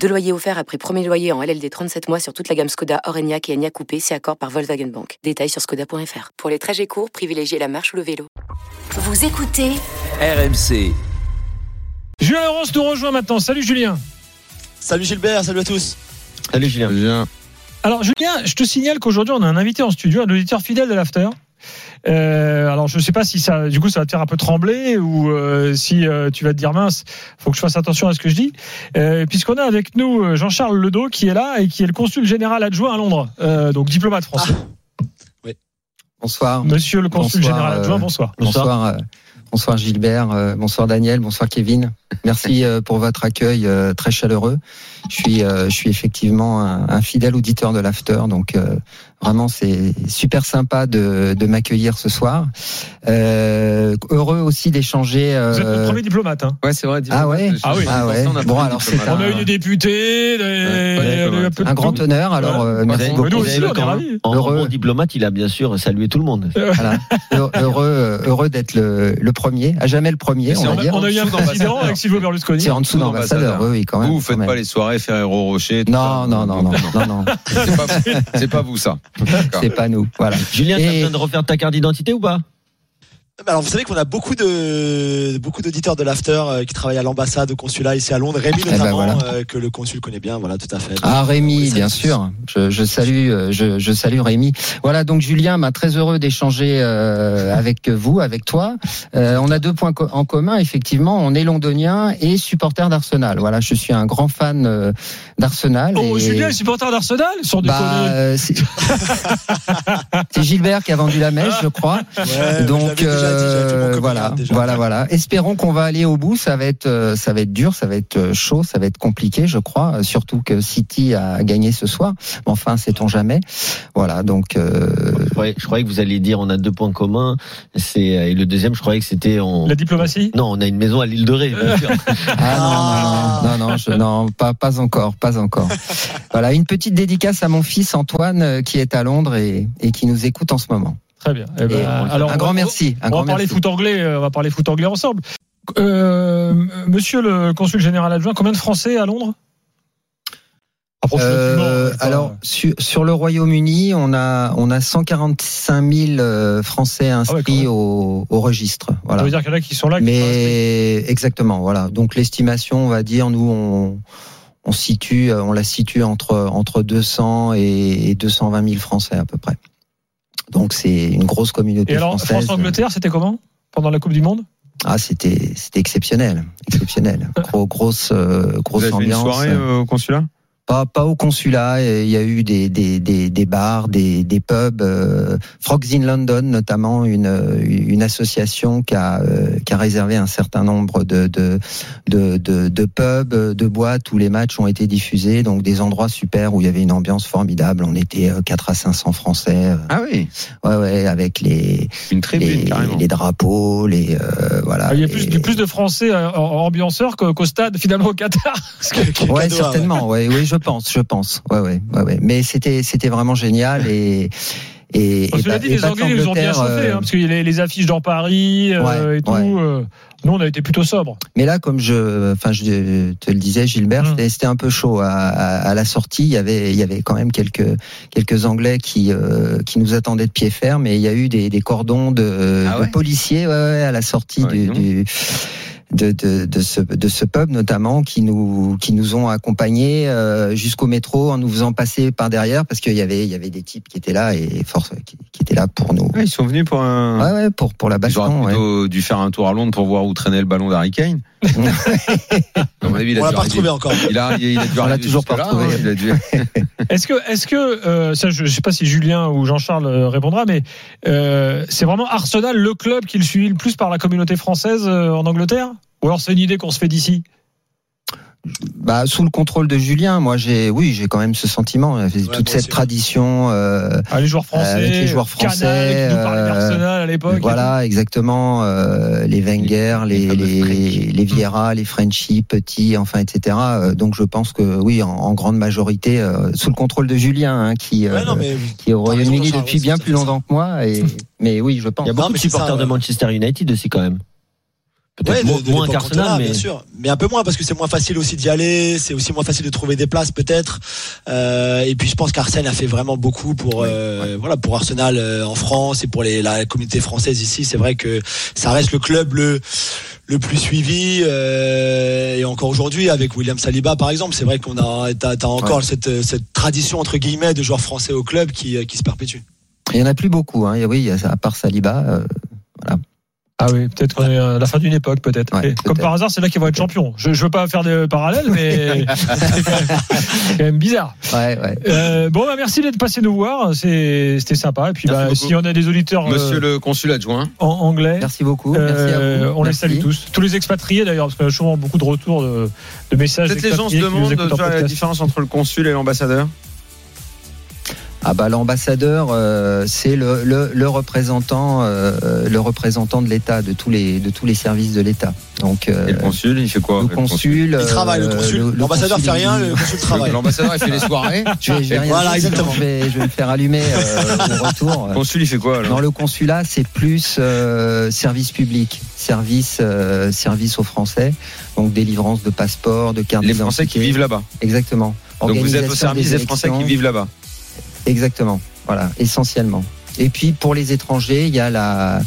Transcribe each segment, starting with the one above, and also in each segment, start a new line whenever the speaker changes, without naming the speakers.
Deux loyers offerts après premier loyer en LLD 37 mois sur toute la gamme Skoda, Orenia et Enya Coupé, si accord par Volkswagen Bank. Détails sur skoda.fr. Pour les trajets courts, privilégiez la marche ou le vélo.
Vous écoutez
RMC.
Julien Laurence nous rejoint maintenant. Salut Julien.
Salut Gilbert, salut à tous.
Salut Julien.
Alors Julien, je te signale qu'aujourd'hui on a un invité en studio, un auditeur fidèle de l'After. Euh, alors je ne sais pas si ça, du coup, ça va te faire un peu trembler ou euh, si euh, tu vas te dire mince, faut que je fasse attention à ce que je dis. Euh, Puisqu'on a avec nous euh, Jean-Charles Ledo qui est là et qui est le consul général adjoint à Londres, euh, donc diplomate français.
Bonsoir.
Monsieur le consul
Bonsoir,
général adjoint,
euh,
bonsoir.
Bonsoir. euh, bonsoir Gilbert, euh, bonsoir Daniel, bonsoir Kevin. Merci euh, pour votre accueil euh, très chaleureux. Je suis, euh, je suis effectivement un, un fidèle auditeur de l'After, donc euh, vraiment c'est super sympa de, de m'accueillir ce soir. Euh, heureux aussi d'échanger.
Vous êtes
euh,
notre premier diplomate. hein.
Ouais, c'est vrai.
Ah ouais
Ah oui.
Ah ouais. Bon, alors, c'est
On a
un-
eu des députés, des-
ouais,
on a eu un peu de
un grand
tout.
honneur. Alors
Voilà.
euh,
Bah,
merci
nous
beaucoup.
aussi, on est
Voilà.
ravis.
En Heureux. bon
diplomate, il a bien sûr salué tout le monde.
Voilà. Heureux, euh, heureux d'être le, le premier, à jamais le premier,
Mais
on
c'est
On
va
en-
a,
dire.
on a eu un
Dessous
président
d'ambassadeur.
avec Silvio Berlusconi.
C'est en dessous
Sous
d'ambassadeur,
d'ambassadeur.
bah, oui, oui, quand même.
Vous, vous
Ah quand
faites
même.
pas les soirées Ferrero Rocher. tout
Non,
ça.
non, non, non, non, non,
C'est pas, c'est pas vous ça. D'accord.
c'est pas nous. Voilà.
Julien,
Et-
t'as besoin de refaire ta carte d'identité ou pas
Euh, Alors vous savez qu'on a beaucoup de beaucoup d'auditeurs de l'after euh, qui travaillent à l'ambassade, au consulat ici à Londres, Rémi
Eh ben
notamment
voilà.
euh, que le consul connaît bien, voilà tout à fait.
Ah
Oui,
Rémi,
ça-
bien sûr. Je, je salue, euh, je, je salue Rémi. Voilà donc Julien, m'a très heureux d'échanger euh, avec vous, avec toi. Euh, on a deux points co- en commun effectivement. On est londonien et supporter d'Arsenal. Voilà, je suis un grand fan euh, d'Arsenal.
Oh,
et-
Julien, est supporter d'Arsenal, sans
Bah,
déconner.
euh, c'est c'est Gilbert qui a vendu la mèche, je crois.
Ouais, je l'avais déjà
Donc
dit, j'avais tout mon
euh,
copain,
voilà,
déjà.
voilà, voilà. Espérons qu'on va aller au bout. Ça va être, euh, ça va être dur, ça va être euh, chaud, ça va être compliqué, je crois. Euh, Surtout que City a gagné ce soir. Mais Enfin, sait-on jamais. Voilà, donc euh,
je croyais, je croyais que vous alliez dire on a deux points communs. C'est et le deuxième, je croyais que c'était en.
La diplomatie
Non, on a une maison à l'île de Ré. bien sûr.
ah non, non, non, non, je- non, pas, pas encore, pas encore. Voilà, une petite dédicace à mon fils Antoine euh, qui est à Londres et, et qui nous écoute en ce moment.
Très bien. Eh ben,
Et euh,
alors,
un grand merci. Un
On
grand
va parler
merci.
foot anglais, euh, on va parler foot anglais ensemble. Euh, monsieur le consul général adjoint, combien de Français à Londres
Euh,
Approximativement, enfin,
alors sur, sur le Royaume-Uni, on a on a 145 000 euh, Français
Ah ouais,
inscrits
quand même.
au, au registre.
ça
Voilà.
veut dire qu'il y en a qui sont là. qui sont inscrits.
Mais exactement, voilà. Donc l'estimation, on va dire, nous on on situe, euh, on la situe entre entre 200 et 220 000 Français à peu près. Donc c'est une grosse communauté
Et alors,
française.
France-Angleterre, c'était comment pendant la Coupe du Monde
Ah c'était c'était exceptionnel, exceptionnel. Gros, grosse euh,
Vous
grosse
avez fait une
ambiance.
soirée euh, au consulat
Pas, pas au consulat, et il y a eu des, des, des, des bars, des, des pubs, euh, Frogs in London notamment, une, euh, une association qui a, euh, qui a réservé un certain nombre de, de, de, de, de pubs, euh, de boîtes où les matchs ont été diffusés, donc des endroits super où il y avait une ambiance formidable, on était euh, 4 à 500 Français, euh,
Ah oui.
ouais, ouais, avec les,
Une tribune
les,
carrément.
les drapeaux, les... euh, voilà,
Ah, Il y a
les-
plus, plus de Français euh, en- en ambianceurs qu'au qu'au stade, finalement, au Qatar.
Parce que- que- cadeau,
Ouais,
hein,
certainement. Ouais, oui, je pense, je pense. Ouais, ouais, ouais, ouais. Mais c'était, c'était vraiment génial et et. et
Cela
bah-
dit,
et
les
battre
Anglais ils nous ont bien
l'Angleterre,
chauffés,
euh,
hein, parce qu'il y a les, les affiches dans Paris euh,
Ouais,
et tout.
ouais.
euh, nous, on a été plutôt sobres.
Mais là, comme je, enfin, je te le disais, Gilbert,
Mm.
Mmh.
c'était- c'était un peu chaud à, à, à la sortie. Il y avait, il y avait quand même quelques quelques Anglais qui euh, qui nous attendaient de pied ferme. Et il y a eu des, des cordons de,
Ah
de
ouais
policiers ouais, ouais, à la sortie
Ouais,
du.
non.
du- de, de, de, ce, de ce pub notamment qui nous qui nous ont accompagnés euh, jusqu'au métro en nous faisant passer par derrière parce qu'il y avait il y avait des types qui étaient là et force qui, qui étaient là pour nous
Ah, ils sont venus pour un.
ouais ouais pour pour la
Ils auraient
baston ouais.
plutôt dû faire un tour à Londres pour voir où traînait le ballon d'Harry Kane. À mon avis, il a
On l'a
dû
pas
arriver-
retrouvé encore.
Il a, il a dû
On l'a
arriver
toujours pas
jusque-là,
retrouvé.
hein, il a dû-
Est-ce que, est-ce que euh, ça, je ne sais pas si Julien ou Jean-Charles euh, répondra, mais euh, c'est vraiment Arsenal le club qui est le suivi le plus par la communauté française euh, en Angleterre Ou alors c'est une idée qu'on se fait d'ici
bah, sous le contrôle de Julien, moi j'ai oui j'ai quand même ce sentiment euh,
moi
toute
aussi.
cette tradition. euh,
Ah, les joueurs français,
Avec Euh, les joueurs
Canal,
français,
qui nous parlait
euh,
d'Arsenal à l'époque.
Voilà, exactement. euh, les Wenger, les,
les fameux
les,
Frenchies.
les Vieira, les Frenchie, Petit, enfin, etc. Euh, Donc, je pense que oui, en, en grande majorité, euh, sous le contrôle de Julien, hein, qui, euh,
Ouais, non, mais
qui est au
t'as raison,
Royaume-Uni
Jean-Charles,
depuis
c'est
bien
tout à
plus
fait
longtemps que moi. Et, mais oui, je
Il y
pense.
a beaucoup
mais
de
c'est ça,
supporters de
ouais.
Manchester United aussi quand même.
Ouais,
Peut-être
de-
mo-
de
moins
l'époque
qu'Arsenal,
Cantona,
mais
bien sûr, mais un peu moins parce que c'est moins facile aussi d'y aller, c'est aussi moins facile de trouver des places peut-être. Euh, et puis je pense qu'Arsène a fait vraiment beaucoup pour euh, voilà pour Arsenal euh, en France et pour les, la communauté française ici. C'est vrai que ça reste le club le le plus suivi euh, et encore aujourd'hui avec William Saliba par exemple. C'est vrai qu'on a t'as t'as encore cette cette tradition entre guillemets de joueurs français au club qui euh, qui se perpétue.
Il y en a plus beaucoup. Hein. Et Oui, il y a- à part Saliba. euh,
Ah oui, peut-être qu'on est à la fin d'une époque, peut-être.
Ouais,
Et Comme
peut-être.
par hasard, c'est là qu'ils vont être champions. Je, je veux pas faire de parallèles, mais c'est quand même- c'est quand même bizarre.
ouais, ouais.
Euh, bon, bah, merci d'être passé nous voir. C'est- C'était sympa. Et puis,
Merci
bah,
beaucoup.
si on a des auditeurs euh,
Monsieur le consul adjoint.
en anglais.
Merci beaucoup. merci
euh,
à vous.
on
Merci.
les salue tous, tous les expatriés d'ailleurs, parce qu'on a souvent beaucoup de retours de, de messages.
Peut-être les gens se
d'expatriés qui nous écoutent
demandent
en
tu vois, la
podcast.
différence entre le consul et l'ambassadeur.
Ah bah l'ambassadeur, euh, c'est le, le, le représentant, euh, le représentant de l'État, de tous les de tous les services de l'État. Donc euh,
Et le consul, il fait quoi
le
après,
consul,
Il travaille le
euh,
consul,
le- le
l'ambassadeur fait
consul,
rien,
il-
le consul travaille.
L'ambassadeur, il fait les soirées.
Je vais, je vais rien
Voilà,
dire,
exactement.
Je vais, je vais me faire allumer euh, au retour.
Le consul, il fait quoi
Dans
alors
le consulat, c'est plus euh, service public, service euh, service aux Français, donc délivrance de passeports, de cartes
Les Français qui vivent là-bas.
exactement.
Donc vous êtes au
Organisation
service des Français qui
élections.
vivent là-bas.
Exactement. Voilà, essentiellement. Et puis pour les étrangers, il y a la,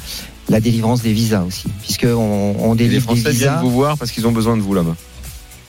la délivrance des visas aussi, puisque on, on
Et les
délivre des
Français viennent
visas.
vous voir parce qu'ils ont besoin de vous là-bas.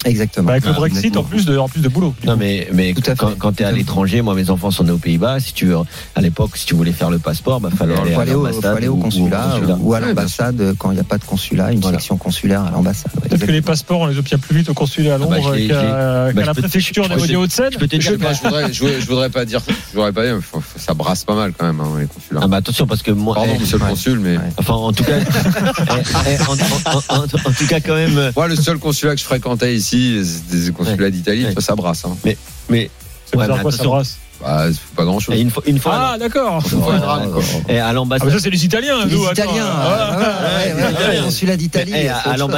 Exactement.
Bah, avec le
Ah,
Brexit
honnêtement.
en plus de, en plus de boulot.
Non mais mais
Tout à fait.
quand, quand t'es à
Tout à fait.
l'étranger, moi mes enfants sont nés aux Pays-Bas. Si tu veux, à l'époque, si tu voulais faire le passeport, bah fallait
Alors,
aller,
Il faut aller
à
au,
l'ambassade
faut aller au
ou- ou
consulat euh, ou, à l'ambassade quand il n'y a pas de consulat, une
Voilà.
section consulaire à l'ambassade. ouais,
Peut-être que les
exactement.
passeports, on les obtient plus vite au consulat à
bah,
Londres
je l'ai- je l'ai.
qu'à qu'à
je
la
peux-
préfecture
je
des
peux te-
Hauts-de-Seine.
Je peux te dire que-
je, voudrais, je, je voudrais pas dire, je voudrais pas dire, mais faut- faut- ça brasse pas mal quand même hein, les consulats.
Ah bah attention parce que moi.
Pardon,
eh,
monsieur le
ouais.
consul, mais
Ouais.
Enfin, en tout cas, eh, eh, en, en- en- en- en tout cas quand même. euh,
moi, le seul consulat que je fréquentais ici, c'est des consulats d'Italie,
Ouais.
toi, ça brasse. Hein.
Mais
C'est
Ouais,
bizarre,
mais
quoi, ça
attention.
brasse
Bah, c'est pas grand chose.
eh, une fois, une fois,
Ah, d'accord.
une fois,
Ouais,
à-
grave, quoi.
eh, à
Ah, mais
l'ambassade.
ça, c'est les Italiens,
Les
nous. attends.
Italiens, hein.
Ah,
ouais, ouais, ouais, ouais,
ouais,
ouais,
ouais.
consulat d'Italie,
Eh, à
c'est autre chose.